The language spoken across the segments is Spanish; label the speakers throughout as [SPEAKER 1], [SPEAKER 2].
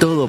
[SPEAKER 1] Todo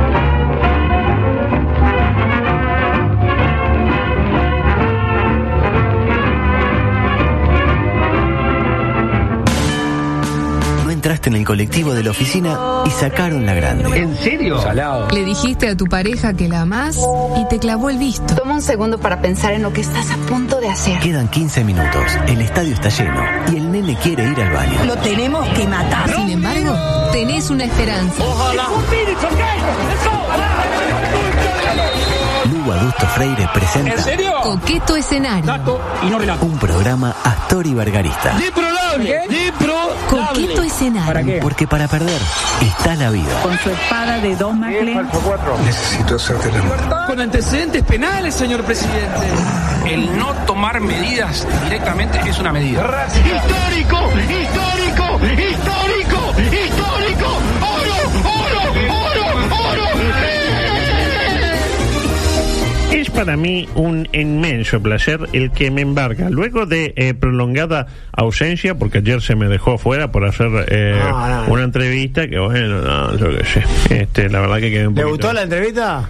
[SPEAKER 2] No entraste en el colectivo de la oficina y sacaron la grande.
[SPEAKER 3] ¿En serio? Salado.
[SPEAKER 4] Le dijiste a tu pareja que la amás y te clavó el visto.
[SPEAKER 5] Toma un segundo para pensar en lo que estás a punto de hacer.
[SPEAKER 2] Quedan 15 minutos, el estadio está lleno y el nene quiere ir al baño.
[SPEAKER 6] Lo tenemos que matar.
[SPEAKER 4] Sin embargo, tenés una esperanza.
[SPEAKER 2] Lugo Adusto Freire presenta
[SPEAKER 3] ¿En serio?
[SPEAKER 4] Coqueto escenario.
[SPEAKER 3] Dato y no relato.
[SPEAKER 2] un programa Astor y Bargarista.
[SPEAKER 3] ¿Qué?
[SPEAKER 4] Coqueto escenario.
[SPEAKER 3] qué?
[SPEAKER 2] Porque para perder está la vida.
[SPEAKER 6] Con su espada de dos maclen.
[SPEAKER 7] Con antecedentes penales, señor presidente.
[SPEAKER 8] El no tomar medidas directamente es una medida.
[SPEAKER 3] Histórico, histórico, histórico, histórico. Oro, oro, oro, oro.
[SPEAKER 9] Es para mí un inmenso placer el que me embarca. Luego de eh, prolongada ausencia, porque ayer se me dejó afuera por hacer eh,
[SPEAKER 10] No, no.
[SPEAKER 9] una entrevista, que bueno, no, yo qué sé. Este, la verdad que quedé un
[SPEAKER 10] ¿Le
[SPEAKER 9] poquito-
[SPEAKER 10] gustó la entrevista?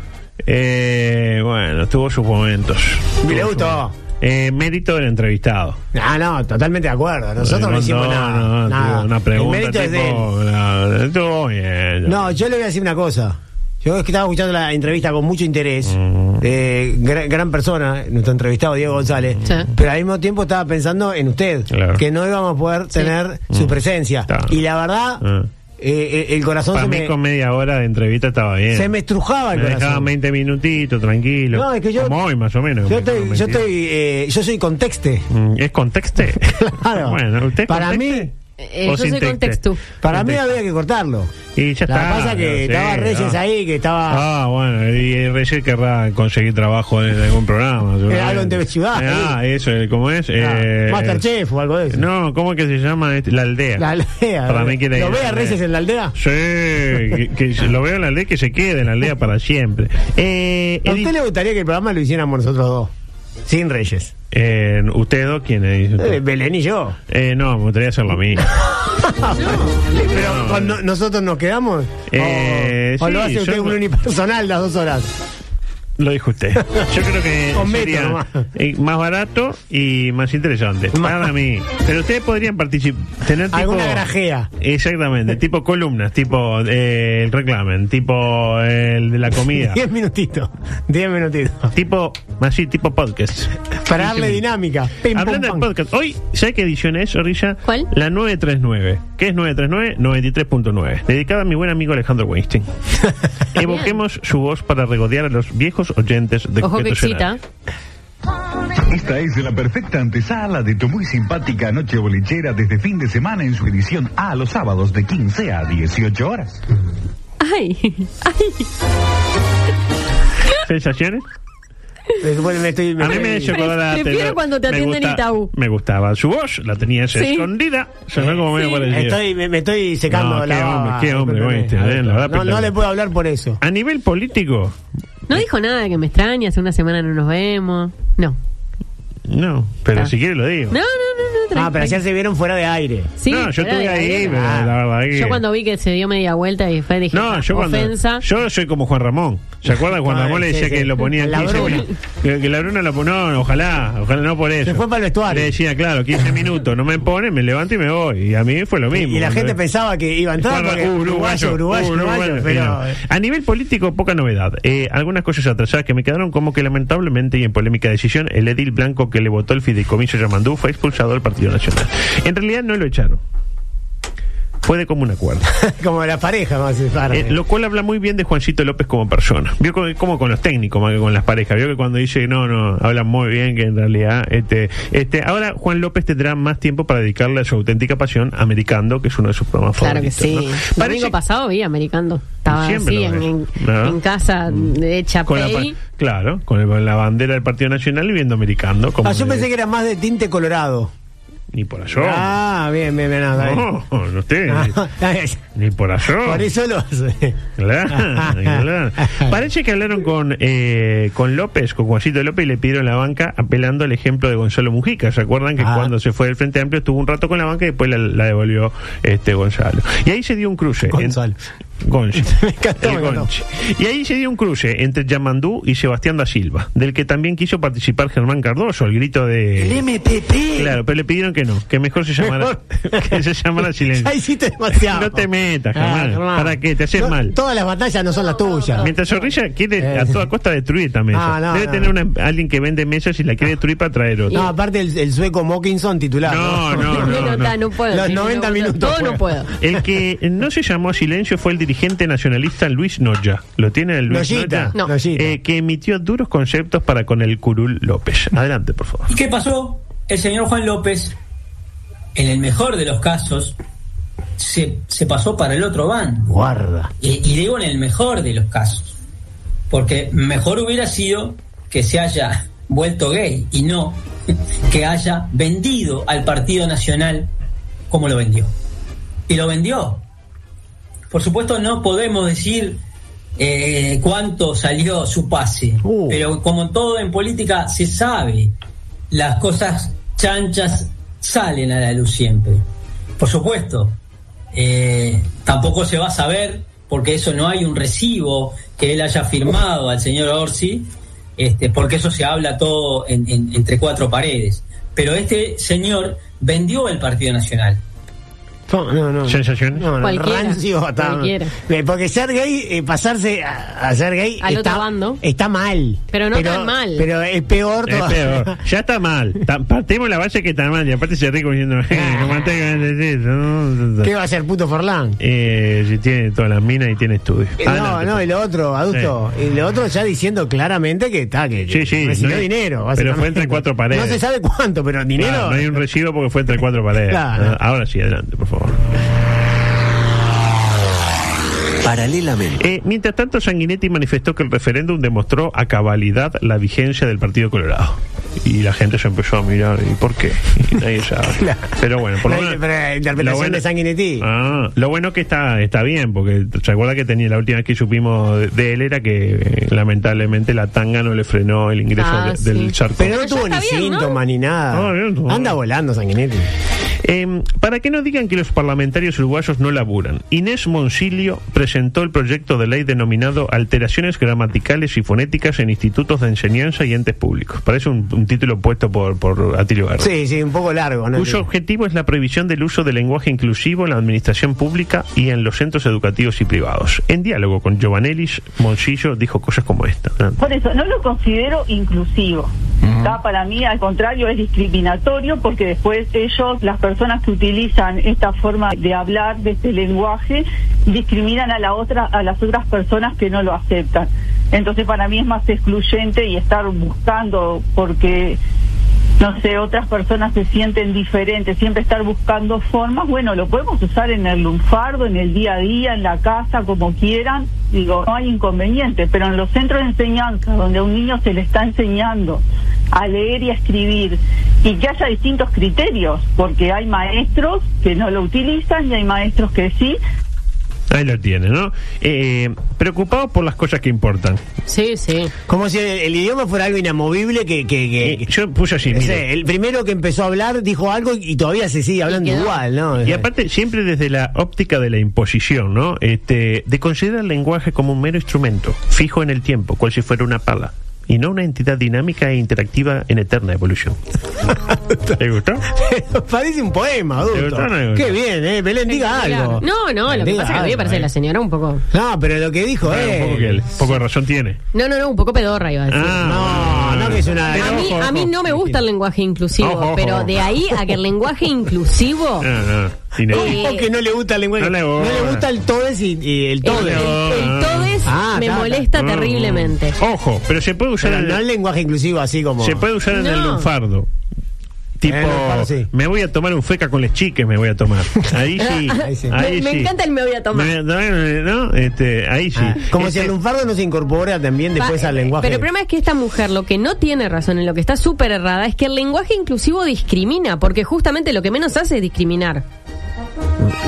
[SPEAKER 9] Eh, bueno, tuvo sus momentos.
[SPEAKER 10] ¿Y le
[SPEAKER 9] Tuvo
[SPEAKER 10] gustó?
[SPEAKER 9] sus- Eh, mérito del entrevistado.
[SPEAKER 10] Ah, no, totalmente de acuerdo. Nosotros no,
[SPEAKER 9] Eh,
[SPEAKER 10] hicimos
[SPEAKER 9] no,
[SPEAKER 10] nada.
[SPEAKER 9] no,
[SPEAKER 10] nada.
[SPEAKER 9] tuvo Una
[SPEAKER 10] El mérito
[SPEAKER 9] pregunta
[SPEAKER 10] es de él.
[SPEAKER 9] tipo, la- estuvo bien.
[SPEAKER 10] No, yo le voy a decir una cosa. Yo es que estaba escuchando la entrevista con mucho interés. de gran, gran persona, nuestro entrevistado Diego González.
[SPEAKER 4] Sí.
[SPEAKER 10] Pero al mismo tiempo estaba pensando en usted.
[SPEAKER 9] Claro.
[SPEAKER 10] Que no íbamos a poder tener su presencia.
[SPEAKER 9] Claro.
[SPEAKER 10] Y la verdad,
[SPEAKER 9] Ah.
[SPEAKER 10] eh, eh, el corazón
[SPEAKER 9] Para
[SPEAKER 10] se
[SPEAKER 9] mí
[SPEAKER 10] me,
[SPEAKER 9] con media hora de entrevista estaba bien.
[SPEAKER 10] se me estrujaba el
[SPEAKER 9] Me
[SPEAKER 10] corazón.
[SPEAKER 9] dejaban 20 minutitos, tranquilo.
[SPEAKER 10] No, es que yo.
[SPEAKER 9] Como hoy, más o menos.
[SPEAKER 10] Yo
[SPEAKER 9] Me
[SPEAKER 10] estoy,
[SPEAKER 9] dejaban
[SPEAKER 10] yo
[SPEAKER 9] 20.
[SPEAKER 10] estoy, eh, yo soy contexte.
[SPEAKER 9] Mm, ¿Es contexte?
[SPEAKER 10] Claro.
[SPEAKER 9] bueno, ¿usted es
[SPEAKER 10] Para
[SPEAKER 9] contexte?
[SPEAKER 10] mí-
[SPEAKER 11] Eh,
[SPEAKER 9] ¿O
[SPEAKER 11] yo soy
[SPEAKER 9] sin texte?
[SPEAKER 11] contextu.
[SPEAKER 10] Para mí
[SPEAKER 9] Contexte.
[SPEAKER 10] había que cortarlo.
[SPEAKER 9] Y ya
[SPEAKER 10] Lo que
[SPEAKER 9] está.
[SPEAKER 10] pasa que
[SPEAKER 9] sí,
[SPEAKER 10] estaba Reyes
[SPEAKER 9] no.
[SPEAKER 10] ahí, que estaba-
[SPEAKER 9] Ah, bueno, y eh, Reyes querrá conseguir trabajo en algún programa. seguramente.
[SPEAKER 10] algo en TV Ciudad,
[SPEAKER 9] Ah, eso, eh, ¿cómo es?
[SPEAKER 10] Ah,
[SPEAKER 9] Eh,
[SPEAKER 10] Masterchef o algo de eso.
[SPEAKER 9] No, ¿cómo es que se llama? este? La aldea.
[SPEAKER 10] La aldea.
[SPEAKER 9] Para mí quiere ir
[SPEAKER 10] ¿Lo
[SPEAKER 9] a
[SPEAKER 10] ve
[SPEAKER 9] la
[SPEAKER 10] a Reyes
[SPEAKER 9] aldea.
[SPEAKER 10] en la aldea?
[SPEAKER 9] Sí, que, que se- lo veo en la aldea que se quede en la aldea para siempre. Eh,
[SPEAKER 10] ¿A
[SPEAKER 9] Edith-
[SPEAKER 10] usted le gustaría que el programa lo hiciéramos nosotros dos? Sin Reyes.
[SPEAKER 9] eh, ¿Ustedes dos quiénes? dice usted?
[SPEAKER 10] Eh, Belén y yo.
[SPEAKER 9] Eh, no, me gustaría hacer lo mismo.
[SPEAKER 10] Pero con Ah, no- nosotros nos quedamos. Oh.
[SPEAKER 9] Eh,
[SPEAKER 10] o, o lo
[SPEAKER 9] sí,
[SPEAKER 10] hace usted
[SPEAKER 9] yo-
[SPEAKER 10] un unipersonal las dos horas.
[SPEAKER 9] Lo dijo usted. Yo creo que
[SPEAKER 10] Con metro
[SPEAKER 9] sería
[SPEAKER 10] nomás.
[SPEAKER 9] eh, más barato y más interesante. Para mí. Pero ustedes podrían participar. Tener tipo,
[SPEAKER 10] Alguna grajea.
[SPEAKER 9] Exactamente. Tipo columnas, tipo eh, el reclamen, tipo el de la comida.
[SPEAKER 10] Diez minutitos. Diez minutitos.
[SPEAKER 9] tipo, así, tipo podcast.
[SPEAKER 10] Para darle dinámica. Pim, pum,
[SPEAKER 9] Hablando del
[SPEAKER 10] pam.
[SPEAKER 9] podcast, hoy, ¿sabes qué edición es, Orilla?
[SPEAKER 11] ¿Cuál?
[SPEAKER 9] La 939. ¿Qué es 939? 93.9. Dedicada a mi buen amigo Alejandro Weinstein. Evoquemos su voz para regodear a los viejos oyentes de
[SPEAKER 11] Ojo que
[SPEAKER 9] Coqueto Escenario.
[SPEAKER 11] excita.
[SPEAKER 12] Esta es la perfecta antesala de tu muy simpática noche bolichera desde fin de semana en su edición A los sábados de 15 a 18 horas.
[SPEAKER 11] Ay, ay.
[SPEAKER 9] ¿Sensaciones?
[SPEAKER 10] Se supone que me estoy- me
[SPEAKER 9] A mí me
[SPEAKER 10] estoy-
[SPEAKER 9] hizo acordar a
[SPEAKER 11] Prefiero
[SPEAKER 9] Taylor-
[SPEAKER 11] cuando te
[SPEAKER 9] me
[SPEAKER 11] atienden en Itaú.
[SPEAKER 9] Me gustaba su voz, la tenías
[SPEAKER 11] Sí.
[SPEAKER 9] escondida. Sonó como medio parecido.
[SPEAKER 10] Estoy, me, me estoy secando
[SPEAKER 9] No,
[SPEAKER 10] la
[SPEAKER 9] qué
[SPEAKER 10] baba,
[SPEAKER 9] hombre, qué hombre,
[SPEAKER 10] discúlpeme.
[SPEAKER 9] Weinstein, eh, la verdad,
[SPEAKER 10] no, no
[SPEAKER 9] perdón.
[SPEAKER 10] le puedo hablar por eso.
[SPEAKER 9] A nivel político,
[SPEAKER 11] No dijo nada de que me extraña, hace una semana no nos vemos. No.
[SPEAKER 9] no, pero
[SPEAKER 11] Ah.
[SPEAKER 9] si quiere lo digo.
[SPEAKER 11] No, no, no, no.
[SPEAKER 10] Ah,
[SPEAKER 11] tranqui,
[SPEAKER 10] pero
[SPEAKER 11] tranqui.
[SPEAKER 10] ya se vieron fuera de aire.
[SPEAKER 11] Sí,
[SPEAKER 9] No, yo
[SPEAKER 11] era
[SPEAKER 9] estuve
[SPEAKER 11] de
[SPEAKER 9] ahí,
[SPEAKER 11] Gabriela.
[SPEAKER 9] pero la verdad que...
[SPEAKER 11] Yo cuando vi que se dio media vuelta y fue dije,
[SPEAKER 9] No, yo cuando.
[SPEAKER 11] ofensa.
[SPEAKER 9] Yo soy como Juan Ramón. ¿Se acuerda Juan
[SPEAKER 10] Ah,
[SPEAKER 9] Ramón le
[SPEAKER 10] sí,
[SPEAKER 9] decía
[SPEAKER 10] sí.
[SPEAKER 9] que lo ponía
[SPEAKER 10] La
[SPEAKER 9] 15
[SPEAKER 10] Bruna.
[SPEAKER 9] minutos? Que, que la Bruna lo ponía. No, ojalá, ojalá no por eso.
[SPEAKER 10] fue para el vestuario.
[SPEAKER 9] Le decía, claro, 15 minutos, no me pone, me levanto y me voy. Y a mí fue lo mismo.
[SPEAKER 10] Y la
[SPEAKER 9] Cuando-
[SPEAKER 10] gente pensaba que iba a entrar
[SPEAKER 9] Juan Ra-
[SPEAKER 10] porque
[SPEAKER 9] uh,
[SPEAKER 10] uruguayo, uruguayo,
[SPEAKER 9] uh,
[SPEAKER 10] uruguayo,
[SPEAKER 9] uruguayo,
[SPEAKER 10] pero eh.
[SPEAKER 9] y no. A nivel político, poca novedad. Eh, algunas cosas atrasadas que me quedaron como que lamentablemente y en polémica decisión, el edil blanco que le votó el fideicomiso Yamandú fue expulsado del Partido Nacional. En realidad no lo echaron. Fue de común acuerdo.
[SPEAKER 10] como las parejas más claro.
[SPEAKER 9] Eh, lo cual habla muy bien de Juancito López como persona. Vio co- como con los técnicos más que con las parejas. Vio que cuando dice no, no, hablan muy bien, que en realidad. Este, este, ahora Juan López tendrá más tiempo para dedicarle a su auténtica pasión, Americando, que es uno de sus programas
[SPEAKER 11] Claro que
[SPEAKER 9] favoritos.
[SPEAKER 11] sí.
[SPEAKER 9] ¿no? Parece-
[SPEAKER 11] Domingo pasado vi Americando. Estaba así
[SPEAKER 9] Siempre lo
[SPEAKER 11] en,
[SPEAKER 9] ves,
[SPEAKER 11] en-
[SPEAKER 9] ¿no?
[SPEAKER 11] en casa hecha
[SPEAKER 9] ¿Ah? con la pa-
[SPEAKER 11] peli.
[SPEAKER 9] claro, con el- la bandera del Partido Nacional y viendo Americando. Como
[SPEAKER 10] Ah, yo
[SPEAKER 9] de-
[SPEAKER 10] pensé que era más de tinte colorado.
[SPEAKER 9] Ni por asomo.
[SPEAKER 10] Ah, bien, bien, bien. nada, bien.
[SPEAKER 9] no, no usted.
[SPEAKER 10] Ah, está bien.
[SPEAKER 9] Ni por asomo.
[SPEAKER 10] Por eso lo hace.
[SPEAKER 9] Claro, claro. Parece que hablaron con, eh, con López, con Juancito López, y le pidieron la banca apelando al ejemplo de Gonzalo Mujica. ¿Se acuerdan que
[SPEAKER 10] Ah.
[SPEAKER 9] cuando se fue del Frente Amplio estuvo un rato con la banca y después la, la devolvió este Gonzalo? Y ahí se dio un cruce. en-
[SPEAKER 10] Gonzalo.
[SPEAKER 9] Gonchi.
[SPEAKER 10] Me encantó,
[SPEAKER 9] El
[SPEAKER 10] me encantó.
[SPEAKER 9] Gonchi. Y ahí se dio un cruce entre Yamandú y Sebastián da Silva, del que también quiso participar Germán Cardoso, el grito de...
[SPEAKER 7] El MPP.
[SPEAKER 9] Claro, pero le pidieron que no, que mejor se llamara,
[SPEAKER 10] Mejor.
[SPEAKER 9] que se llamara silencio.
[SPEAKER 10] Ya hiciste demasiado. Ah,
[SPEAKER 9] No te metas, Germán.
[SPEAKER 10] Germán.
[SPEAKER 9] ¿Para qué? Te haces
[SPEAKER 10] No,
[SPEAKER 9] mal.
[SPEAKER 10] Todas las batallas no son las tuyas.
[SPEAKER 9] Mientras Zorrilla quiere
[SPEAKER 10] Eh.
[SPEAKER 9] a toda costa destruir esta mesa.
[SPEAKER 10] Ah, no,
[SPEAKER 9] Debe
[SPEAKER 10] no. Ah.
[SPEAKER 9] tener una- alguien que vende mesas y la quiere destruir para traer
[SPEAKER 10] No,
[SPEAKER 9] otra.
[SPEAKER 10] aparte el, el sueco Mockinson titular.
[SPEAKER 9] No, no,
[SPEAKER 11] No, no, no, puedo.
[SPEAKER 10] Los
[SPEAKER 11] sí,
[SPEAKER 10] 90
[SPEAKER 11] no,
[SPEAKER 10] minutos.
[SPEAKER 11] Todo no
[SPEAKER 10] fue.
[SPEAKER 11] puedo.
[SPEAKER 9] El que no se llamó a silencio fue el dirigente nacionalista Luis Noya. ¿Lo tiene el Luis
[SPEAKER 10] Noyita.
[SPEAKER 9] Noya?
[SPEAKER 11] No.
[SPEAKER 10] Noyita.
[SPEAKER 9] Eh, que emitió duros conceptos para con el curul López. Adelante, por favor.
[SPEAKER 1] ¿Y qué pasó? El señor Juan López, en el mejor de los casos, se, se pasó para el otro van.
[SPEAKER 10] Guarda.
[SPEAKER 1] Y, y digo en el mejor de los casos. Porque mejor hubiera sido que se haya vuelto gay y no que haya vendido al Partido Nacional como lo vendió. Y lo vendió. Por supuesto no podemos decir eh, cuánto salió su pase.
[SPEAKER 10] Uh.
[SPEAKER 1] Pero como todo en política se sabe, las cosas chanchas salen a la luz siempre. Por supuesto, eh, tampoco se va a saber, porque eso no hay un recibo que él haya firmado al señor Orsi, este, porque eso se habla todo en- en- entre cuatro paredes. Pero este señor vendió el Partido Nacional.
[SPEAKER 10] No, no, no.
[SPEAKER 9] Sensaciones.
[SPEAKER 10] No, no,
[SPEAKER 11] Cualquiera,
[SPEAKER 10] rancio hasta-
[SPEAKER 11] cualquiera.
[SPEAKER 10] Eh, Porque ser gay, eh, pasarse a, a ser gay
[SPEAKER 11] Al
[SPEAKER 10] está,
[SPEAKER 11] otro bando.
[SPEAKER 10] está mal.
[SPEAKER 11] Pero no tan mal.
[SPEAKER 10] Pero es peor
[SPEAKER 9] Es
[SPEAKER 10] todavía.
[SPEAKER 9] peor. Eh, Ya está mal. Ta- Partimos la base que está mal. Y aparte se ríe como diciendo, "Eh, no mantenga el derecho, no, no, no".
[SPEAKER 10] Ah. ¿Qué va a ser puto Forlán?
[SPEAKER 9] Eh, si tiene todas las minas y tiene estudios.
[SPEAKER 10] No,
[SPEAKER 9] Adelante,
[SPEAKER 10] no,
[SPEAKER 9] por
[SPEAKER 10] y lo otro, adusto. Y lo otro ya diciendo claramente que está, que
[SPEAKER 9] Sí, sí,
[SPEAKER 10] recibió
[SPEAKER 9] no hay-
[SPEAKER 10] dinero.
[SPEAKER 9] pero
[SPEAKER 10] básicamente.
[SPEAKER 9] fue entre cuatro paredes.
[SPEAKER 10] No se sabe cuánto, pero
[SPEAKER 9] Claro,
[SPEAKER 10] dinero.
[SPEAKER 9] Ah, no hay un recibo porque fue entre cuatro paredes.
[SPEAKER 10] Claro.
[SPEAKER 9] Ah, Ahora sí, adelante, por favor.
[SPEAKER 2] Paralelamente,
[SPEAKER 9] Eh, mientras tanto, Sanguinetti manifestó que el referéndum demostró a cabalidad la vigencia del Partido Colorado. Y la gente se empezó a mirar, ¿y por qué? Y nadie sabe.
[SPEAKER 10] Claro.
[SPEAKER 9] Pero bueno, por lo
[SPEAKER 10] La-
[SPEAKER 9] menos.
[SPEAKER 10] pero la interpretación
[SPEAKER 9] lo
[SPEAKER 10] de Sanguinetti.
[SPEAKER 9] Ah, lo bueno que está está bien, porque se acuerda que tenía la última vez que supimos de, de él era que eh, lamentablemente la tanga no le frenó el ingreso
[SPEAKER 11] Ah,
[SPEAKER 9] de-
[SPEAKER 11] sí.
[SPEAKER 9] del charco.
[SPEAKER 10] Pero no
[SPEAKER 11] Pero ya
[SPEAKER 10] tuvo ni
[SPEAKER 11] está bien, ¿no?
[SPEAKER 10] síntomas ni nada.
[SPEAKER 9] No, bien, no.
[SPEAKER 10] Anda volando Sanguinetti.
[SPEAKER 9] Eh, para que no digan que los parlamentarios uruguayos no laburan, Inés Moncilio presentó el proyecto de ley denominado Alteraciones gramaticales y fonéticas en institutos de enseñanza y entes públicos. Parece un, un título puesto por, por Atilio Garro.
[SPEAKER 10] Sí, sí, un poco largo, ¿no?
[SPEAKER 9] Cuyo objetivo es la prohibición del uso del lenguaje inclusivo en la administración pública y en los centros educativos y privados. En diálogo con Giovanelis, Moncillo dijo cosas como esta.
[SPEAKER 13] Por eso, no lo considero inclusivo. Está, Para mí, al contrario, es discriminatorio porque después ellos, las personas que utilizan esta forma de hablar, de este lenguaje, discriminan a, la otra, a las otras personas que no lo aceptan. Entonces, para mí es más excluyente y estar buscando porque no sé, otras personas se sienten diferentes, siempre estar buscando formas, bueno, lo podemos usar en el lunfardo, en el día a día, en la casa, como quieran, digo, no hay inconveniente, pero en los centros de enseñanza, donde a un niño se le está enseñando a leer y a escribir, y que haya distintos criterios, porque hay maestros que no lo utilizan y hay maestros que sí,
[SPEAKER 9] Ahí lo tiene, ¿no? Eh, preocupados por las cosas que importan.
[SPEAKER 11] Sí, sí.
[SPEAKER 10] Como si el, el idioma fuera algo inamovible que... que- que-
[SPEAKER 9] Eh, yo puse así,
[SPEAKER 10] que-
[SPEAKER 9] mire.
[SPEAKER 10] ese, el primero que empezó a hablar dijo algo y todavía se sigue hablando
[SPEAKER 11] quedó.
[SPEAKER 10] igual, ¿no?
[SPEAKER 9] Y aparte, siempre desde la óptica de la imposición, ¿no? Este, de considerar el lenguaje como un mero instrumento, fijo en el tiempo, cual si fuera una pala, y no una entidad dinámica e interactiva en eterna evolución. ¿Te gustó?
[SPEAKER 10] Parece un poema,
[SPEAKER 9] ¿Te
[SPEAKER 10] adulto.
[SPEAKER 9] gustó o no te gustó?
[SPEAKER 10] Qué bien, ¿eh? Belén, diga algo.
[SPEAKER 11] No, no, lo que
[SPEAKER 10] Diga
[SPEAKER 11] pasa es que a mí me
[SPEAKER 10] algo,
[SPEAKER 11] parece
[SPEAKER 10] eh.
[SPEAKER 11] que la señora un poco.
[SPEAKER 10] No, pero lo que dijo,
[SPEAKER 9] Bueno,
[SPEAKER 10] eh.
[SPEAKER 9] un poco, que él- poco de razón tiene.
[SPEAKER 11] No, no, no, un poco pedorra iba a decir.
[SPEAKER 9] Ah,
[SPEAKER 10] no, no, que es una-
[SPEAKER 9] Pero
[SPEAKER 11] A mí,
[SPEAKER 9] ojo,
[SPEAKER 11] a mí
[SPEAKER 9] ojo.
[SPEAKER 11] no me gusta el lenguaje inclusivo,
[SPEAKER 9] Ojo, ojo.
[SPEAKER 11] pero de ahí a que el lenguaje inclusivo.
[SPEAKER 9] No, no, Ah, tiene-
[SPEAKER 11] Eh,
[SPEAKER 10] O que no le gusta el lenguaje.
[SPEAKER 9] No le gusta.
[SPEAKER 10] gusta el todes y, y el
[SPEAKER 11] El,
[SPEAKER 10] todes.
[SPEAKER 11] el- el todes
[SPEAKER 10] Ah,
[SPEAKER 11] me
[SPEAKER 10] ta, ta.
[SPEAKER 11] molesta terriblemente.
[SPEAKER 9] Ojo, pero se puede usar
[SPEAKER 10] Pero
[SPEAKER 9] en-
[SPEAKER 10] no el lenguaje inclusivo así como.
[SPEAKER 9] se puede usar en
[SPEAKER 11] No.
[SPEAKER 9] el lunfardo. Tipo,
[SPEAKER 10] En un par, sí.
[SPEAKER 9] me voy a tomar un feca con las chicas, me voy a tomar. Ahí sí.
[SPEAKER 10] Ahí sí.
[SPEAKER 9] ahí
[SPEAKER 11] me, me
[SPEAKER 9] sí.
[SPEAKER 11] encanta el me voy a tomar.
[SPEAKER 9] Me voy a tomar, ¿no? Este, ahí sí.
[SPEAKER 10] Ah, como
[SPEAKER 9] Este,
[SPEAKER 10] si el lunfardo no se incorpora también después
[SPEAKER 11] Pa-
[SPEAKER 10] al lenguaje.
[SPEAKER 11] Pero el problema es que esta mujer lo que no tiene razón, en lo que está súper errada, es que el lenguaje inclusivo discrimina, porque justamente lo que menos hace es discriminar.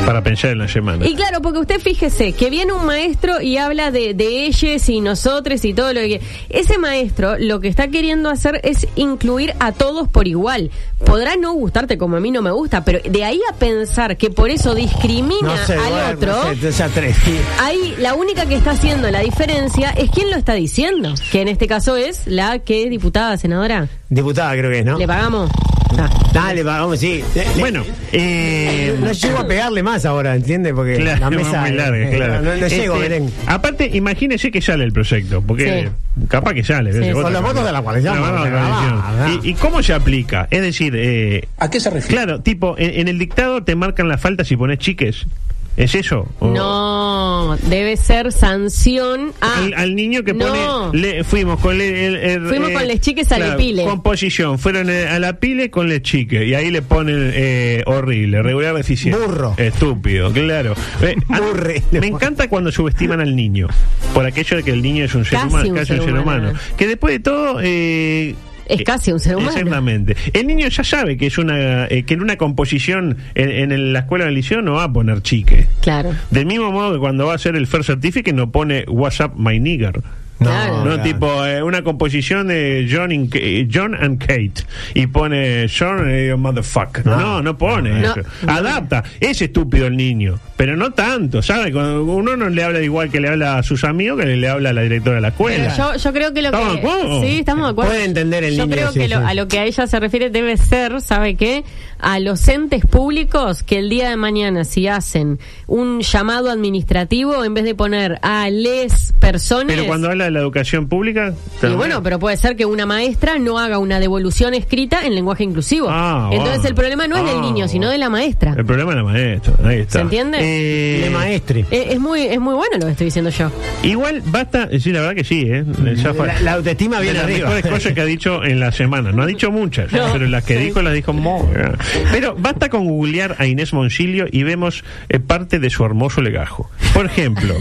[SPEAKER 9] Para pensar en la semana.
[SPEAKER 11] Y claro, porque usted fíjese que viene un maestro y habla de, de ellos y nosotros y todo lo que... Ese maestro lo que está queriendo hacer es incluir a todos por igual. Podrá no gustarte como a mí no me gusta, pero de ahí a pensar que por eso discrimina
[SPEAKER 10] no sé,
[SPEAKER 11] al
[SPEAKER 10] bueno,
[SPEAKER 11] otro...
[SPEAKER 10] no sé, tres a tres.
[SPEAKER 11] Ahí la única que está haciendo la diferencia es quien lo está diciendo, que en este caso es la que es diputada, senadora.
[SPEAKER 10] Diputada creo que es, ¿no?
[SPEAKER 11] ¿Le pagamos?
[SPEAKER 10] Dale, vamos, sí.
[SPEAKER 9] Bueno, eh,
[SPEAKER 10] No llego a pegarle más ahora, ¿entiendes? Porque
[SPEAKER 9] Claro,
[SPEAKER 10] la mesa
[SPEAKER 9] muy larga,
[SPEAKER 10] eh,
[SPEAKER 9] claro.
[SPEAKER 10] No, no
[SPEAKER 9] Este,
[SPEAKER 10] llego, Belén.
[SPEAKER 9] Aparte, imagínese que sale el proyecto, porque capaz que sale.
[SPEAKER 10] Sí, Con los votos de la coalición,
[SPEAKER 9] Los votos de la
[SPEAKER 10] ah,
[SPEAKER 9] coalición. ¿Y, y cómo se aplica? Es decir, ¿a qué se refiere? Claro, tipo, en, en el dictado te marcan las faltas si pones chiques. ¿Es eso? ¿O-
[SPEAKER 11] No, debe ser sanción a...
[SPEAKER 9] Al, al niño que pone
[SPEAKER 11] Ah. No.
[SPEAKER 9] le- fuimos con le- el- el- eh,
[SPEAKER 11] Fuimos con les chiques a la pile.
[SPEAKER 9] composición fueron eh, a la pile con les chiques y ahí le ponen eh, horrible regular deficiente
[SPEAKER 10] Burro.
[SPEAKER 9] estúpido claro Eh, a- me encanta cuando subestiman al niño por aquello de que el niño es un ser
[SPEAKER 11] Casi
[SPEAKER 9] humano
[SPEAKER 11] un
[SPEAKER 9] casi
[SPEAKER 11] ser
[SPEAKER 9] un ser humano.
[SPEAKER 11] humano.
[SPEAKER 9] que después de todo eh,
[SPEAKER 11] Es
[SPEAKER 9] eh,
[SPEAKER 11] casi un ser humano.
[SPEAKER 9] Exactamente. El niño ya sabe que es una eh, que en una composición en, en el- la escuela del liceo no va a poner chique.
[SPEAKER 11] Claro.
[SPEAKER 9] Del mismo modo que cuando va a hacer el first certificate no pone WhatsApp my nigger.
[SPEAKER 10] No,
[SPEAKER 9] No,
[SPEAKER 10] claro.
[SPEAKER 9] tipo eh, una composición de John, in- eh, John and Kate y pone John eh, motherfucker. No,
[SPEAKER 10] Ah. No.
[SPEAKER 9] no, pone
[SPEAKER 11] No.
[SPEAKER 9] eso. Adapta. Es estúpido el niño, pero no tanto, ¿sabe? Cuando uno no le habla igual que le habla a sus amigos que le habla a la directora de la escuela.
[SPEAKER 11] Pero yo, yo creo que lo
[SPEAKER 9] ¿Estamos
[SPEAKER 11] que...
[SPEAKER 9] de acuerdo?
[SPEAKER 11] Sí, estamos de acuerdo.
[SPEAKER 10] Puede entender el
[SPEAKER 11] Yo
[SPEAKER 10] niño,
[SPEAKER 11] creo
[SPEAKER 10] sí,
[SPEAKER 11] que lo-
[SPEAKER 10] sí.
[SPEAKER 11] a lo que a ella se refiere debe ser, ¿sabe qué? A los entes públicos que el día de mañana si hacen un llamado administrativo, en vez de poner a les personas...
[SPEAKER 9] Pero cuando habla de la educación pública.
[SPEAKER 11] Y
[SPEAKER 9] también.
[SPEAKER 11] bueno, pero puede ser que una maestra no haga una devolución escrita en lenguaje inclusivo.
[SPEAKER 9] Ah,
[SPEAKER 11] Entonces
[SPEAKER 9] bueno.
[SPEAKER 11] el problema no es
[SPEAKER 9] Ah,
[SPEAKER 11] del niño, sino
[SPEAKER 9] bueno.
[SPEAKER 11] de la maestra.
[SPEAKER 9] El problema es la maestra. Ahí está.
[SPEAKER 11] ¿Se entiende?
[SPEAKER 9] Eh,
[SPEAKER 10] Le maestre.
[SPEAKER 11] Eh, Es, muy, es muy bueno lo que estoy diciendo yo.
[SPEAKER 9] Igual basta. Sí, la verdad que sí, ¿eh? Ya fue.
[SPEAKER 10] La, la
[SPEAKER 11] Ah,
[SPEAKER 10] autoestima
[SPEAKER 9] de
[SPEAKER 10] viene
[SPEAKER 9] las
[SPEAKER 10] arriba.
[SPEAKER 9] mejores cosas que ha dicho en la semana. No ha dicho muchas,
[SPEAKER 11] No.
[SPEAKER 9] pero las que
[SPEAKER 11] Sí.
[SPEAKER 9] dijo las dijo muy bien. Pero basta con googlear a Inés Moncilio y vemos eh, parte de su hermoso legajo. Por ejemplo,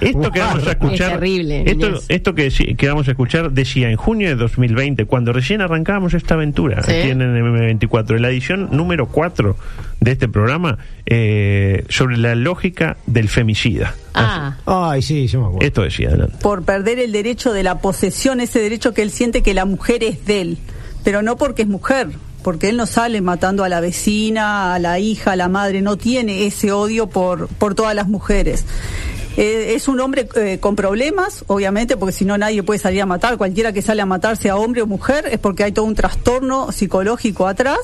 [SPEAKER 9] esto que vamos a escuchar.
[SPEAKER 11] Es terrible,
[SPEAKER 9] Esto,
[SPEAKER 11] Inés.
[SPEAKER 9] esto que, sí- que vamos a escuchar decía en junio de 2020, cuando recién arrancábamos esta aventura
[SPEAKER 11] Sí.
[SPEAKER 9] aquí en M24, en la edición número 4 de este programa, eh, sobre la lógica del femicida.
[SPEAKER 11] Ah,
[SPEAKER 10] Ay, sí, yo me acuerdo.
[SPEAKER 9] Esto decía adelante.
[SPEAKER 14] por perder el derecho de la posesión, ese derecho que él siente que la mujer es de él, pero no porque es mujer, porque él no sale matando a la vecina, a la hija, a la madre, no tiene ese odio por, por todas las mujeres. Eh, es un hombre eh, con problemas, obviamente, porque si no nadie puede salir a matar, cualquiera que sale a matarse a hombre o mujer es porque hay todo un trastorno psicológico atrás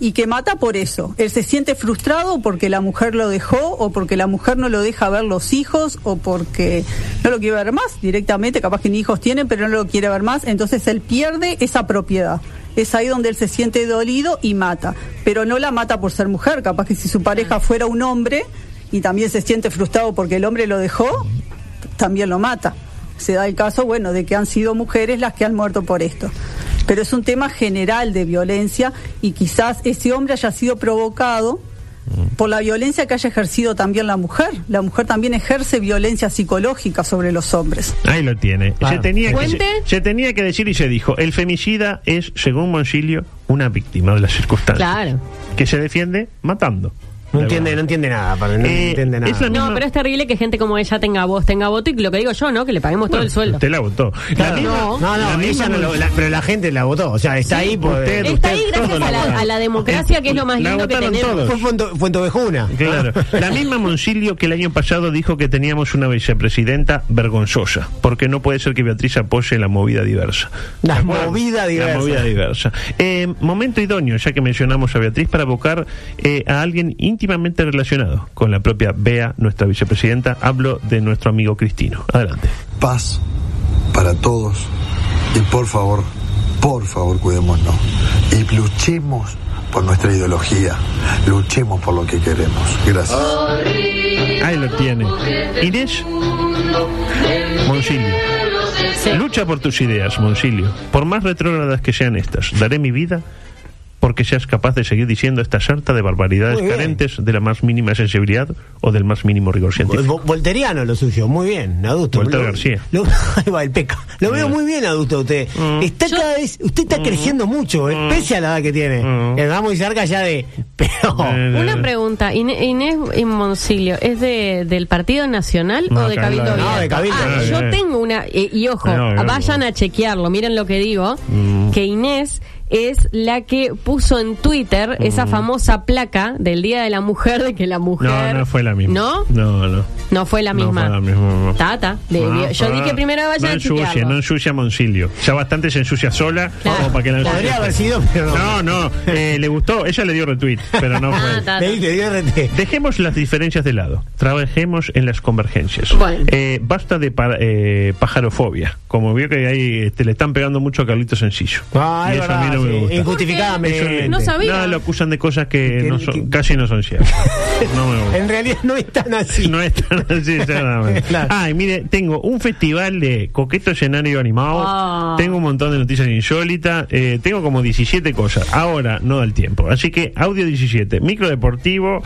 [SPEAKER 14] y que mata por eso. Él se siente frustrado porque la mujer lo dejó o porque la mujer no lo deja ver los hijos o porque no lo quiere ver más directamente, capaz que ni hijos tienen, pero no lo quiere ver más, entonces él pierde esa propiedad. Es ahí donde él se siente dolido y mata, pero no la mata por ser mujer, capaz que si su pareja fuera un hombre y también se siente frustrado porque el hombre lo dejó, también lo mata. Se da el caso, bueno, de que han sido mujeres las que han muerto por esto. Pero es un tema general de violencia y quizás ese hombre haya sido provocado por la violencia que haya ejercido también la mujer. La mujer también ejerce violencia psicológica sobre los hombres.
[SPEAKER 9] Ahí lo tiene.
[SPEAKER 10] Claro.
[SPEAKER 9] Se, tenía que, se,
[SPEAKER 11] ¿Fuente?
[SPEAKER 9] se tenía que decir y se dijo, el femicida es, según Moncilio, una víctima de las circunstancias.
[SPEAKER 11] claro.
[SPEAKER 9] Que se defiende matando.
[SPEAKER 10] No entiende, no entiende nada, padre, no
[SPEAKER 9] Este, Eh,
[SPEAKER 10] entiende nada.
[SPEAKER 9] es la
[SPEAKER 11] No,
[SPEAKER 9] misma-
[SPEAKER 11] pero es terrible que gente como ella tenga voz, tenga voto y lo que digo yo, ¿no? Que le paguemos todo el sueldo.
[SPEAKER 9] Usted la votó.
[SPEAKER 10] Claro.
[SPEAKER 9] La misma-
[SPEAKER 10] no, no,
[SPEAKER 9] la misma-
[SPEAKER 10] ella no lo- la- pero la gente la votó. O sea, está ahí pues, por. eh,
[SPEAKER 9] usted-
[SPEAKER 11] Está ahí
[SPEAKER 9] usted
[SPEAKER 11] gracias
[SPEAKER 9] todo
[SPEAKER 11] a
[SPEAKER 9] la
[SPEAKER 11] la,
[SPEAKER 9] votaron.
[SPEAKER 11] a la democracia, que es lo más
[SPEAKER 9] La
[SPEAKER 11] lindo que
[SPEAKER 9] votaron
[SPEAKER 11] tenemos.
[SPEAKER 9] todos.
[SPEAKER 10] Fue Fuente, Fuente Ovejuna.
[SPEAKER 9] Claro. La misma Moncilio que el año pasado dijo que teníamos una vicepresidenta vergonzosa, porque no puede ser que Beatriz apoye la movida diversa.
[SPEAKER 10] La
[SPEAKER 9] ¿Se acuerdan?
[SPEAKER 10] movida diversa.
[SPEAKER 9] La movida diversa. Eh, momento idóneo, ya que mencionamos a Beatriz, para abocar eh, a alguien íntimamente relacionado con la propia Bea, nuestra vicepresidenta. Hablo de nuestro amigo Cristino. Adelante.
[SPEAKER 15] paz para todos y por favor, por favor cuidémonos y luchemos por nuestra ideología, luchemos por lo que queremos. Gracias.
[SPEAKER 9] Ahí lo tiene. Inés Moncilio. Lucha por tus ideas, Moncilio. Por más retrógradas que sean estas, daré mi vida porque seas capaz de seguir diciendo esta sarta de barbaridades
[SPEAKER 10] Muy bien. Pues,
[SPEAKER 9] carentes de la más mínima sensibilidad o del más mínimo rigor científico.
[SPEAKER 10] Vol- Volteriano lo suyo, muy bien, adulto.
[SPEAKER 9] Voltero
[SPEAKER 10] Lo-
[SPEAKER 9] García. Mm.
[SPEAKER 10] lo- ahí va el peca. Lo veo muy bien, adulto, usted. Está cada vez, usted está creciendo mucho, eh, pese a la edad que tiene.
[SPEAKER 9] Mm.
[SPEAKER 10] Eh, va muy cerca ya de. Pero.
[SPEAKER 9] Eh,
[SPEAKER 11] Una pregunta, Ine- Inés Moncilio, ¿es de, del Partido Nacional
[SPEAKER 10] No,
[SPEAKER 11] o de
[SPEAKER 10] Cabildo
[SPEAKER 11] Cabildo
[SPEAKER 10] Abierto.
[SPEAKER 11] Abierto?
[SPEAKER 10] No, de Cabildo
[SPEAKER 11] Ah,
[SPEAKER 10] Abierto.
[SPEAKER 11] yo tengo una, eh, y ojo,
[SPEAKER 10] No, no,
[SPEAKER 11] vayan a chequearlo, miren lo que digo,
[SPEAKER 9] Mm.
[SPEAKER 11] que Inés es la que puso en Twitter esa famosa placa del Día de la Mujer de que la
[SPEAKER 9] Mm. No,
[SPEAKER 11] mujer
[SPEAKER 9] no fue la misma.
[SPEAKER 11] ¿No?
[SPEAKER 9] No, no.
[SPEAKER 11] no fue la
[SPEAKER 9] No
[SPEAKER 11] misma.
[SPEAKER 9] fue la misma, no.
[SPEAKER 11] Tata, debió-
[SPEAKER 9] Ah,
[SPEAKER 11] yo
[SPEAKER 9] ah,
[SPEAKER 11] dije primero vayan
[SPEAKER 9] No
[SPEAKER 11] a
[SPEAKER 9] ensucia,
[SPEAKER 11] chequearlo.
[SPEAKER 9] no ensucia Moncilio. Ya bastante se ensucia sola. como para que la
[SPEAKER 10] Podría haber sido, pero
[SPEAKER 9] No,
[SPEAKER 10] no.
[SPEAKER 9] no. eh, le gustó. Ella le dio retweet, pero no
[SPEAKER 11] Ah,
[SPEAKER 9] fue.
[SPEAKER 11] ta, ta. Le
[SPEAKER 9] Dejemos las diferencias de lado. Trabajemos en las convergencias.
[SPEAKER 11] Bueno.
[SPEAKER 9] Eh, basta de pa- eh, pajarofobia. Como vio que ahí este, le están pegando mucho a Carlitos Sencillo.
[SPEAKER 10] Ah,
[SPEAKER 9] y
[SPEAKER 10] es
[SPEAKER 9] eso
[SPEAKER 10] verdad,
[SPEAKER 9] a mí no
[SPEAKER 10] sí,
[SPEAKER 9] me gusta.
[SPEAKER 10] injustificadamente.
[SPEAKER 9] Eso-
[SPEAKER 10] No sabía.
[SPEAKER 9] No, lo acusan de cosas que,
[SPEAKER 10] Que-
[SPEAKER 9] no son- casi no son ciertas. No me gusta.
[SPEAKER 10] En realidad no es tan así.
[SPEAKER 9] No es tan así, exactamente. Ay, mire, tengo un festival de coqueto escenario animado.
[SPEAKER 11] Ah.
[SPEAKER 9] Tengo un montón de noticias insólitas. eh, tengo como 17 cosas. Ahora no da el tiempo. Así que audio 17, micro deportivo.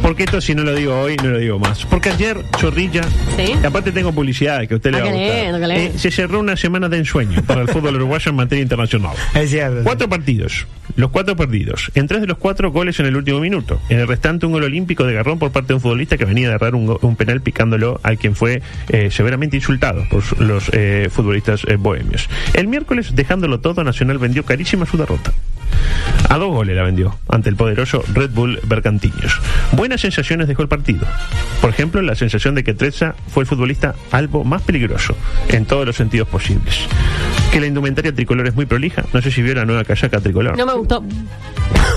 [SPEAKER 9] Porque esto si no lo digo hoy, no lo digo más. Porque ayer, chorrilla,
[SPEAKER 11] Sí.
[SPEAKER 9] y aparte tengo publicidad que a usted le
[SPEAKER 11] Ah,
[SPEAKER 9] va a
[SPEAKER 11] qué
[SPEAKER 9] gustar.
[SPEAKER 11] lindo, qué lindo.
[SPEAKER 9] Eh, se cerró una semana de ensueño para el fútbol uruguayo en materia internacional.
[SPEAKER 10] Es cierto.
[SPEAKER 9] Cuatro partidos. Los cuatro perdidos. En tres de los cuatro goles en el último minuto. En el restante un gol olímpico de garrón por parte de un futbolista que venía de errar un, go- un penal picándolo al quien fue eh, severamente insultado por su- los eh, futbolistas eh, bohemios. El miércoles, dejándolo todo, Nacional vendió carísima su derrota. A dos goles la vendió ante el poderoso Red Bull Bercantiños. Buenas sensaciones dejó el partido. Por ejemplo, la sensación de que Trezza fue el futbolista algo más peligroso en todos los sentidos posibles. Que la indumentaria tricolor es muy prolija. No sé si vio la nueva casaca tricolor.
[SPEAKER 11] No me gustó.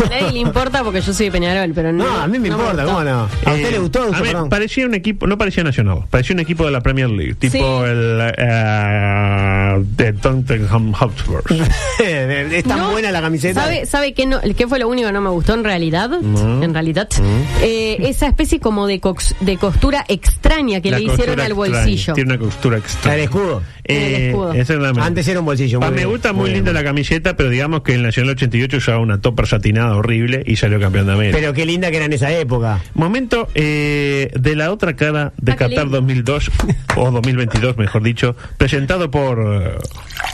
[SPEAKER 11] A nadie le importa porque yo soy de Peñarol, pero no.
[SPEAKER 10] No, a mí me importa,
[SPEAKER 11] gustó.
[SPEAKER 10] ¿cómo no? ¿A usted
[SPEAKER 9] Eh,
[SPEAKER 10] le gustó,
[SPEAKER 9] a
[SPEAKER 10] adulto?
[SPEAKER 9] ver,
[SPEAKER 10] Perdón.
[SPEAKER 9] parecía un equipo, no parecía nacional, parecía un equipo de la Premier League, tipo
[SPEAKER 11] Sí.
[SPEAKER 9] el eh, de Tottenham Hotspur.
[SPEAKER 10] es tan
[SPEAKER 11] No,
[SPEAKER 10] buena la camiseta.
[SPEAKER 11] ¿Sabe, sabe qué, no, qué fue lo único que no me gustó en realidad?
[SPEAKER 9] Mm.
[SPEAKER 11] En realidad.
[SPEAKER 9] Mm.
[SPEAKER 11] Eh, esa especie como de, cox- de costura extraña que
[SPEAKER 9] La
[SPEAKER 11] le hicieron
[SPEAKER 9] costura
[SPEAKER 11] al
[SPEAKER 9] extraña,
[SPEAKER 11] bolsillo.
[SPEAKER 9] Tiene una costura extraña. Eh,
[SPEAKER 10] El escudo.
[SPEAKER 11] El escudo.
[SPEAKER 9] exactamente.
[SPEAKER 10] Antes era un bolsillo.
[SPEAKER 9] Pa,
[SPEAKER 10] muy
[SPEAKER 9] me
[SPEAKER 10] bien,
[SPEAKER 9] gusta muy, linda la camiseta, pero digamos que en la Nacional 88 usaba una topper satinada horrible y salió campeón de América.
[SPEAKER 10] Pero qué linda que era en esa época.
[SPEAKER 9] Momento eh, de la otra cara de
[SPEAKER 11] Ah, qué
[SPEAKER 9] Qatar
[SPEAKER 11] lindo.
[SPEAKER 9] 2002, o 2022 mejor dicho, presentado por... eh,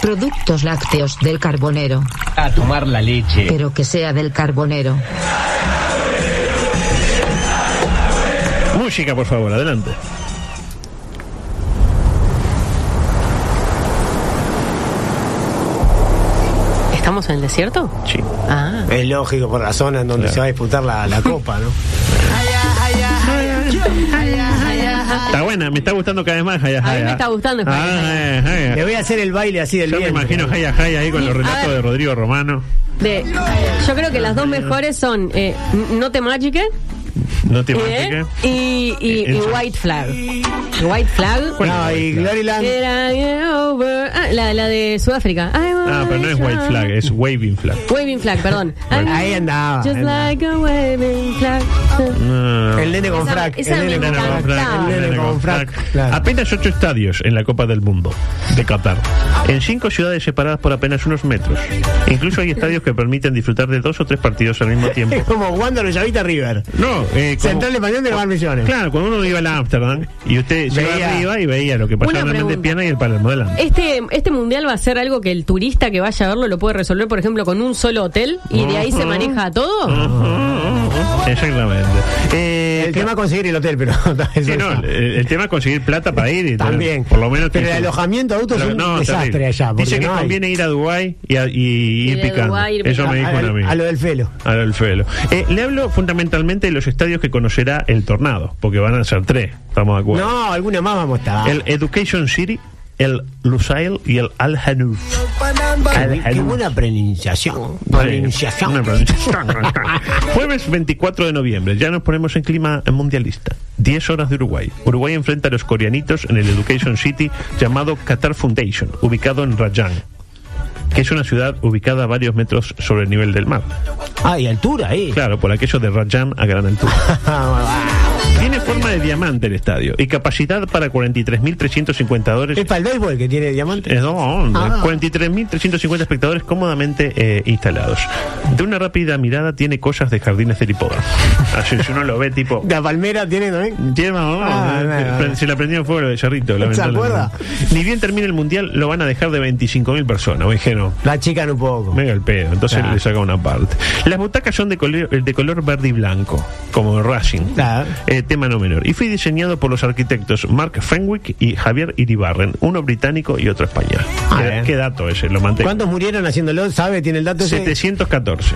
[SPEAKER 16] Productos lácteos del carbonero.
[SPEAKER 17] A tomar la leche.
[SPEAKER 16] Pero que sea del carbonero.
[SPEAKER 9] música, por favor, adelante.
[SPEAKER 11] ¿Estamos en el desierto?
[SPEAKER 9] Sí.
[SPEAKER 11] Ah.
[SPEAKER 10] Es lógico por la zona en donde
[SPEAKER 9] Claro.
[SPEAKER 10] se va a disputar la, la copa, ¿no?
[SPEAKER 9] Está buena, me está gustando cada vez más. Jaya,
[SPEAKER 11] A mí
[SPEAKER 9] Jaya.
[SPEAKER 11] me está gustando.
[SPEAKER 9] Ah, Jaya, Jaya.
[SPEAKER 10] Le voy a hacer el baile así del
[SPEAKER 9] Yo me
[SPEAKER 10] viento.
[SPEAKER 9] imagino Jaya Jaya ahí con los
[SPEAKER 11] A
[SPEAKER 9] relatos
[SPEAKER 11] ver.
[SPEAKER 9] de Rodrigo Romano.
[SPEAKER 11] De- yo creo que las dos mejores son eh, No te magique
[SPEAKER 9] No te Eh,
[SPEAKER 11] eh, y, y- y
[SPEAKER 9] Eso.
[SPEAKER 11] White Flag. White Flag.
[SPEAKER 10] No, y Gloryland.
[SPEAKER 11] Get out, get over. Ah, la, la de Sudáfrica. I
[SPEAKER 9] Ah, pero no es
[SPEAKER 11] wanna
[SPEAKER 9] white flag, es waving flag.
[SPEAKER 11] Waving flag, perdón.
[SPEAKER 10] Ahí andaba.
[SPEAKER 11] Just
[SPEAKER 10] ahí andaba.
[SPEAKER 11] like a waving flag.
[SPEAKER 9] Ah.
[SPEAKER 10] El nene con
[SPEAKER 11] Esa-
[SPEAKER 10] frac.
[SPEAKER 11] esa
[SPEAKER 10] el
[SPEAKER 11] me
[SPEAKER 10] nene con
[SPEAKER 11] encantaba.
[SPEAKER 10] frac. El nene con frac. Claro.
[SPEAKER 9] Apenas ocho estadios en la Copa del Mundo de Qatar, en cinco ciudades separadas por apenas unos metros. Incluso hay estadios que permiten disfrutar de dos o tres partidos al mismo tiempo.
[SPEAKER 10] Es como Wander Llavita River.
[SPEAKER 9] No, eh, como-
[SPEAKER 10] Central Español de Gran Misiones.
[SPEAKER 9] claro, cuando uno iba a Amsterdam y usted llegaba
[SPEAKER 10] Veía.
[SPEAKER 9] arriba y veía lo que pasaba
[SPEAKER 11] Una
[SPEAKER 9] en el de
[SPEAKER 11] pregunta.
[SPEAKER 9] Piana y el Palermo delante.
[SPEAKER 11] Este, este mundial va a ser algo que el turista que vaya a verlo lo puede resolver, por ejemplo, con un solo hotel y de ahí se maneja todo.
[SPEAKER 9] Exactamente. Eh,
[SPEAKER 10] El tema es conseguir el hotel, pero.
[SPEAKER 9] Sí, no, el, el tema es conseguir plata para ir. y tener-
[SPEAKER 10] También.
[SPEAKER 9] por lo menos
[SPEAKER 10] Pero el
[SPEAKER 9] que-
[SPEAKER 10] alojamiento adulto es
[SPEAKER 9] Pero-
[SPEAKER 10] un
[SPEAKER 9] no,
[SPEAKER 10] desastre
[SPEAKER 9] terrible.
[SPEAKER 10] allá. porque
[SPEAKER 9] Dice que
[SPEAKER 10] no hay.
[SPEAKER 9] conviene ir a Dubái y, a- y-
[SPEAKER 11] Ir
[SPEAKER 9] y ir
[SPEAKER 11] a
[SPEAKER 9] picando.
[SPEAKER 11] Dubái, ir
[SPEAKER 9] Eso
[SPEAKER 11] picando.
[SPEAKER 9] me dijo
[SPEAKER 10] A-
[SPEAKER 9] un amigo.
[SPEAKER 10] a lo del felo.
[SPEAKER 9] A lo del felo. Eh, le hablo fundamentalmente de los estadios que conocerá el tornado, porque van a ser tres, estamos de acuerdo.
[SPEAKER 10] No, alguna más vamos a estar.
[SPEAKER 9] El Education City, el Lusail y el Al Hanouf.
[SPEAKER 10] Qué- Qué buena pronunciación. Pronunciación.
[SPEAKER 9] Una pronunciación. Jueves 24 de noviembre, ya nos ponemos en clima mundialista. 10 horas de Uruguay. Uruguay enfrenta a los coreanitos en el Education City llamado Qatar Foundation, ubicado en Rajang, que es una ciudad ubicada a varios metros sobre el nivel del mar.
[SPEAKER 10] Ah, y altura ahí.
[SPEAKER 9] Claro, por aquello de Rajang a gran altura.
[SPEAKER 10] Ah,
[SPEAKER 9] Tiene forma de diamante el estadio y capacidad para 43.350 dólares.
[SPEAKER 10] Es para el béisbol que tiene diamante.
[SPEAKER 9] Es no,
[SPEAKER 10] Ah.
[SPEAKER 9] 43.350 espectadores cómodamente eh, instalados. De una rápida mirada tiene cosas de jardines del hipódromo. Así si uno lo ve tipo...
[SPEAKER 10] La palmera tiene también.
[SPEAKER 9] Tiene más
[SPEAKER 10] Ah, no, no, no.
[SPEAKER 9] Se la prendieron fuego lo de Charrito,
[SPEAKER 10] ¿Se
[SPEAKER 9] lamentablemente.
[SPEAKER 10] acuerda?
[SPEAKER 9] Ni bien termine el mundial, lo van a dejar de 25.000 personas. Me dijeron,
[SPEAKER 10] La chica un poco.
[SPEAKER 9] Mega el pedo, entonces
[SPEAKER 10] Claro.
[SPEAKER 9] le saca una parte. Las butacas son de color, de color verde y blanco, como Racing. Eh, tema no menor. Y fue diseñado por los arquitectos Mark Fenwick y Javier Iribarren, uno británico y otro español.
[SPEAKER 10] Ah,
[SPEAKER 9] ¿Qué,
[SPEAKER 10] bien.
[SPEAKER 9] qué dato ese? Lo mantengo.
[SPEAKER 10] ¿Cuántos murieron haciéndolo? ¿Sabe? ¿Tiene el dato? ese?
[SPEAKER 9] 714.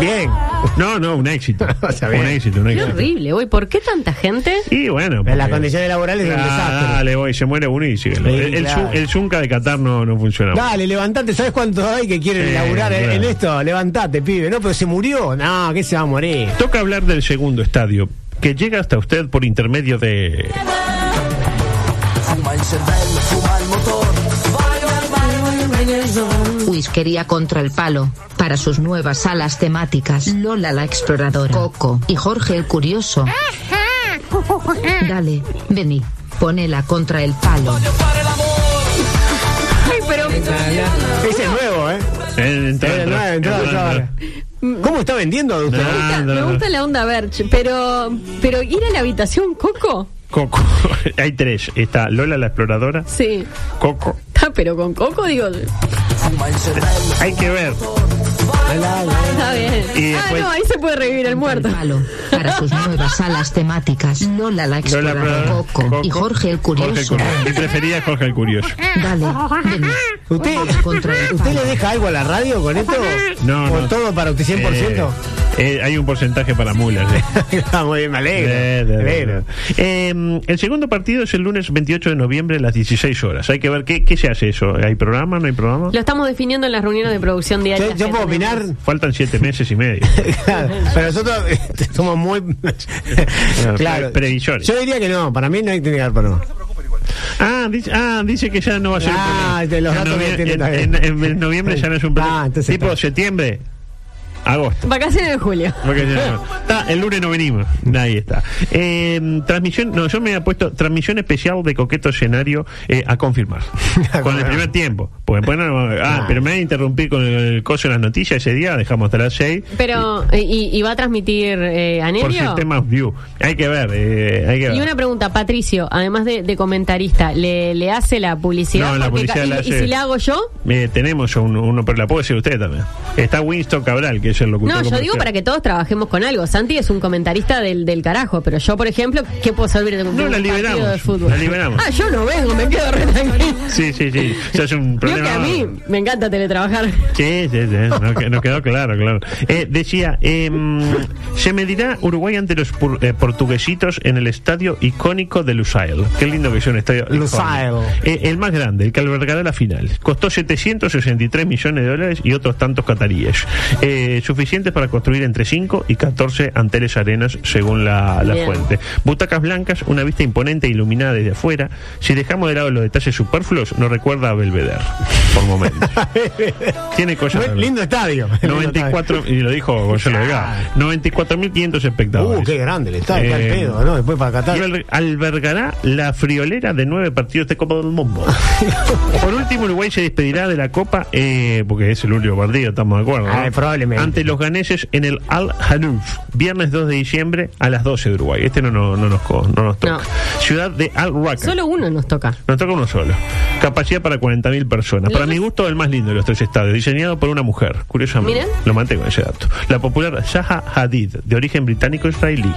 [SPEAKER 10] Bien.
[SPEAKER 9] No, no, un éxito. un éxito, un
[SPEAKER 11] Qué
[SPEAKER 9] éxito.
[SPEAKER 11] horrible, güey. ¿Por qué tanta gente?
[SPEAKER 9] Y bueno,
[SPEAKER 10] Las
[SPEAKER 9] porque-
[SPEAKER 10] condiciones laborales son un
[SPEAKER 9] Ah,
[SPEAKER 10] desastre.
[SPEAKER 9] dale, voy, se muere uno y sigue. el otro.
[SPEAKER 10] Sí,
[SPEAKER 9] el, el
[SPEAKER 10] claro.
[SPEAKER 9] Zun- el Zunca de Qatar no, no funciona.
[SPEAKER 10] Dale, levantate, ¿sabes cuántos hay que quieren
[SPEAKER 9] Eh,
[SPEAKER 10] laburar en- en
[SPEAKER 9] claro.
[SPEAKER 10] esto? Levantate, pibe. No, pero se murió. No, que se va a morir.
[SPEAKER 9] Toca hablar del segundo estadio, que llega hasta usted por intermedio de...
[SPEAKER 3] Fuma el cervello, fuma el motor.
[SPEAKER 16] Whiskería contra el palo. Para sus nuevas salas temáticas, Lola la exploradora, Coco y Jorge el curioso. Dale, vení, ponela contra el palo.
[SPEAKER 11] Ay, pero.
[SPEAKER 10] Ese es nuevo, ¿eh?
[SPEAKER 9] Eh, entra,
[SPEAKER 10] Eh,
[SPEAKER 9] entra,
[SPEAKER 10] no, entró,
[SPEAKER 9] entra,
[SPEAKER 10] entró ahora. ¿Cómo está vendiendo adulto?
[SPEAKER 9] No, no,
[SPEAKER 11] Me
[SPEAKER 9] no.
[SPEAKER 11] gusta la onda Berch, pero. Pero ir a la habitación, Coco.
[SPEAKER 9] Coco. Hay tres. Está Lola la exploradora,
[SPEAKER 11] Sí.
[SPEAKER 9] Coco.
[SPEAKER 11] Ah, pero con Coco, digo.
[SPEAKER 9] Hay que ver.
[SPEAKER 11] Está bien.
[SPEAKER 9] Y
[SPEAKER 11] Ah,
[SPEAKER 9] después-
[SPEAKER 11] no, ahí se puede revivir el muerto.
[SPEAKER 16] Palo. Para sus nuevas salas temáticas, Lola la
[SPEAKER 9] Lola la
[SPEAKER 16] exploradora,
[SPEAKER 9] exploradora,
[SPEAKER 16] Coco, y Jorge el
[SPEAKER 9] Jorge el
[SPEAKER 16] curioso.
[SPEAKER 9] Curioso. Mi preferida es Jorge el Curioso.
[SPEAKER 16] Dale, vení,
[SPEAKER 10] ¿Usted,
[SPEAKER 16] ponela contra el
[SPEAKER 10] ¿Usted
[SPEAKER 16] palo.
[SPEAKER 10] le deja algo a la radio con esto?
[SPEAKER 9] No,
[SPEAKER 10] ¿O
[SPEAKER 9] no.
[SPEAKER 10] todo para usted 100%?
[SPEAKER 9] Eh, eh, hay un porcentaje para mulas. eh.
[SPEAKER 10] Está muy bien, me alegro.
[SPEAKER 9] Eh,
[SPEAKER 10] me
[SPEAKER 9] de-
[SPEAKER 10] alegro.
[SPEAKER 9] Eh, el segundo partido es el lunes 28 de noviembre a las 16 horas. Hay que ver qué, qué se hace eso. ¿Hay programa? ¿No hay programa?
[SPEAKER 11] Lo estamos definiendo en las reuniones de producción diaria.
[SPEAKER 10] Yo, yo puedo opinar,
[SPEAKER 9] Faltan siete meses y medio.
[SPEAKER 10] pero nosotros este, somos muy. claro.
[SPEAKER 9] pre- previsiones.
[SPEAKER 10] Yo diría que no, para mí no hay que negar para no.
[SPEAKER 9] Ah dice, ah, dice que ya no va a ser.
[SPEAKER 10] Ah,
[SPEAKER 9] un
[SPEAKER 10] de los
[SPEAKER 9] En
[SPEAKER 10] datos que
[SPEAKER 9] novie-
[SPEAKER 10] tiene
[SPEAKER 9] en-
[SPEAKER 10] también.
[SPEAKER 9] en- en noviembre ya no es un problema.
[SPEAKER 10] Ah, entonces
[SPEAKER 9] tipo septiembre, agosto.
[SPEAKER 11] Vacaciones de julio.
[SPEAKER 9] Porque ya no. Está, el lunes no venimos. Ahí está. Eh, transmisión, no, yo me había puesto transmisión especial de coqueto escenario eh, a confirmar. con el primer tiempo. Porque después no- ah, pero me voy a interrumpir con el, el coso de las noticias ese día, dejamos hasta las 6.
[SPEAKER 11] Pero, ¿y, y va a transmitir eh,
[SPEAKER 9] Por
[SPEAKER 11] Anelio?
[SPEAKER 9] sistemas view. Hay que ver, eh, hay que ver.
[SPEAKER 11] Y una pregunta, Patricio, además de, de comentarista, ¿le, le hace la publicidad?
[SPEAKER 9] No, la
[SPEAKER 11] Porque
[SPEAKER 9] publicidad
[SPEAKER 11] ca-
[SPEAKER 9] la
[SPEAKER 11] y-
[SPEAKER 9] hace-
[SPEAKER 11] ¿Y si la hago yo?
[SPEAKER 9] Eh, tenemos un- uno, pero la puedo decir usted también. Está Winston Cabral, que es el locutor.
[SPEAKER 11] No, yo
[SPEAKER 9] comercial.
[SPEAKER 11] digo para que todos trabajemos con algo. Santi es un comentarista del, del carajo, pero yo, por ejemplo, ¿qué puedo servir de, de
[SPEAKER 9] No,
[SPEAKER 11] un
[SPEAKER 9] la
[SPEAKER 11] partido
[SPEAKER 9] liberamos,
[SPEAKER 11] de fútbol?
[SPEAKER 9] la liberamos.
[SPEAKER 11] Ah, yo no vengo, me quedo re tranquilo.
[SPEAKER 9] Sí, sí, sí. Se hace un
[SPEAKER 11] Creo que
[SPEAKER 9] problema.
[SPEAKER 11] a mí me encanta teletrabajar.
[SPEAKER 9] Sí, sí, sí. Nos, que- nos quedó claro, claro. Eh, decía, em, se medirá Uruguay ante los pur- eh, portuguesitos en el estadio icónico de Lusail. Qué lindo que es un estadio. icónico.
[SPEAKER 10] Lusail.
[SPEAKER 9] Eh, el más grande, el que albergará la final. Costó 763 millones de dólares y otros tantos cataríes. Eh, suficientes para construir entre 5 y 14 anteles arenas, según la, la
[SPEAKER 11] Bien.
[SPEAKER 9] fuente. Butacas blancas, una vista imponente e iluminada desde afuera. Si dejamos de lado los detalles superfluos, nos recuerda a Belvedere, por momentos. Pues Tiene cosas.
[SPEAKER 10] Buen- lindo estadio.
[SPEAKER 9] 94, y lo dijo Gonzalo Vega, 94.500 espectadores.
[SPEAKER 10] Uh, qué grande el estadio, está al
[SPEAKER 9] Eh,
[SPEAKER 10] pedo, ¿no? Después para
[SPEAKER 9] y
[SPEAKER 10] Qatar.
[SPEAKER 9] alber- albergará la friolera de nueve partidos de Copa del Mundo. Por último, Uruguay se despedirá de la Copa, eh, porque es el último partido, estamos de acuerdo. ¿no?
[SPEAKER 10] Ah, probablemente.
[SPEAKER 9] Ante los ganeses en el Al Hanouf, viernes 2 de diciembre a las 12 de Uruguay. Este no, no, no nos, co- no nos toca.
[SPEAKER 11] No.
[SPEAKER 9] Ciudad de Al Raqqa.
[SPEAKER 11] Solo uno nos toca.
[SPEAKER 9] Nos toca uno solo. Capacidad para 40.000 personas.
[SPEAKER 11] Los
[SPEAKER 9] Para mi
[SPEAKER 11] dos-
[SPEAKER 9] gusto, el más lindo de los tres estadios. Diseñado por una mujer, curiosamente.
[SPEAKER 11] Miren.
[SPEAKER 9] Lo mantengo ese dato. La popular Zaha Hadid, de origen británico-israelí.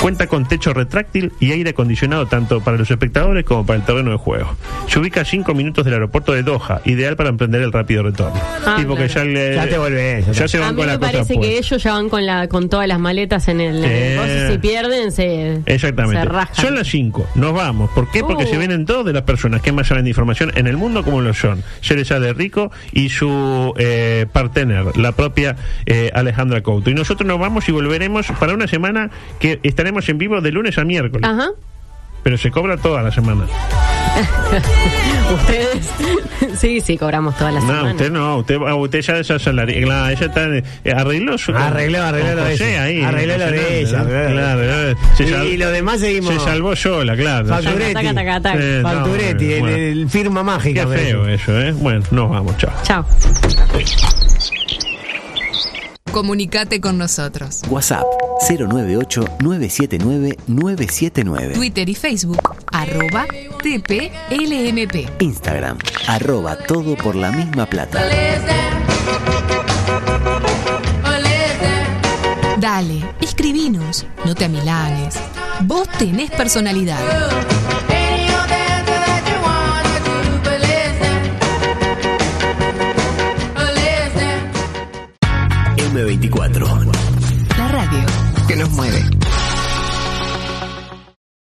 [SPEAKER 9] Cuenta con techo retráctil y aire acondicionado tanto para los espectadores como para el terreno de juego. Se ubica a 5 minutos del aeropuerto de Doha, ideal para emprender el rápido retorno.
[SPEAKER 11] Ah,
[SPEAKER 9] Tipo que ya, le-
[SPEAKER 10] Ya te volvés, ya
[SPEAKER 9] ya
[SPEAKER 10] te-
[SPEAKER 9] se
[SPEAKER 11] A
[SPEAKER 9] van
[SPEAKER 11] mí
[SPEAKER 9] con la
[SPEAKER 11] me
[SPEAKER 9] cosa
[SPEAKER 11] parece
[SPEAKER 9] puesta.
[SPEAKER 11] que ellos ya van con la con todas las maletas en el, en el
[SPEAKER 9] Eh.
[SPEAKER 11] coso, Si pierden, se,
[SPEAKER 9] Exactamente.
[SPEAKER 11] se rajan.
[SPEAKER 9] Son las 5. Nos vamos. ¿Por qué? Porque
[SPEAKER 11] Uh.
[SPEAKER 9] se vienen dos de las personas que más saben de información en el mundo, como lo son Cereza de Rico y su eh, partner, la propia eh, Alejandra Couto. Y nosotros nos vamos y volveremos para una
[SPEAKER 11] Ah.
[SPEAKER 9] semana que estaremos en vivo de lunes a miércoles.
[SPEAKER 11] Ajá.
[SPEAKER 9] Pero se cobra toda la semana.
[SPEAKER 11] Ustedes, sí, sí, cobramos todas las
[SPEAKER 9] No,
[SPEAKER 11] semanas.
[SPEAKER 9] usted no, usted, ah, usted ya es asalariada. Claro, ella está, eh, arregló su.
[SPEAKER 10] Arregló, arregló
[SPEAKER 9] con
[SPEAKER 10] la
[SPEAKER 9] José
[SPEAKER 10] oreja.
[SPEAKER 9] ahí.
[SPEAKER 10] Arregló la
[SPEAKER 9] impresionante,
[SPEAKER 10] oreja,
[SPEAKER 9] ¿no?
[SPEAKER 10] arregló la
[SPEAKER 9] Claro,
[SPEAKER 10] oreja.
[SPEAKER 9] claro. Se
[SPEAKER 10] Y-
[SPEAKER 9] sal-
[SPEAKER 10] y lo demás seguimos-
[SPEAKER 9] Se salvó sola, claro.
[SPEAKER 10] Facturetti.
[SPEAKER 11] Taca, taca, taca.
[SPEAKER 9] Sí, no, eh,
[SPEAKER 10] Facturetti, el-
[SPEAKER 9] bueno.
[SPEAKER 10] el firma mágica.
[SPEAKER 9] Qué
[SPEAKER 10] me
[SPEAKER 9] feo eso, ¿eh? Bueno, nos vamos, chao.
[SPEAKER 11] Chao.
[SPEAKER 16] Comunicate con nosotros.
[SPEAKER 2] WhatsApp 098-979-979.
[SPEAKER 16] Twitter y Facebook, arroba TPLMP.
[SPEAKER 2] Instagram, arroba todo por la misma plata.
[SPEAKER 16] Dale, escribinos, no te amilanes. Vos tenés personalidad.
[SPEAKER 2] M24.
[SPEAKER 16] La radio.
[SPEAKER 2] Que nos mueve.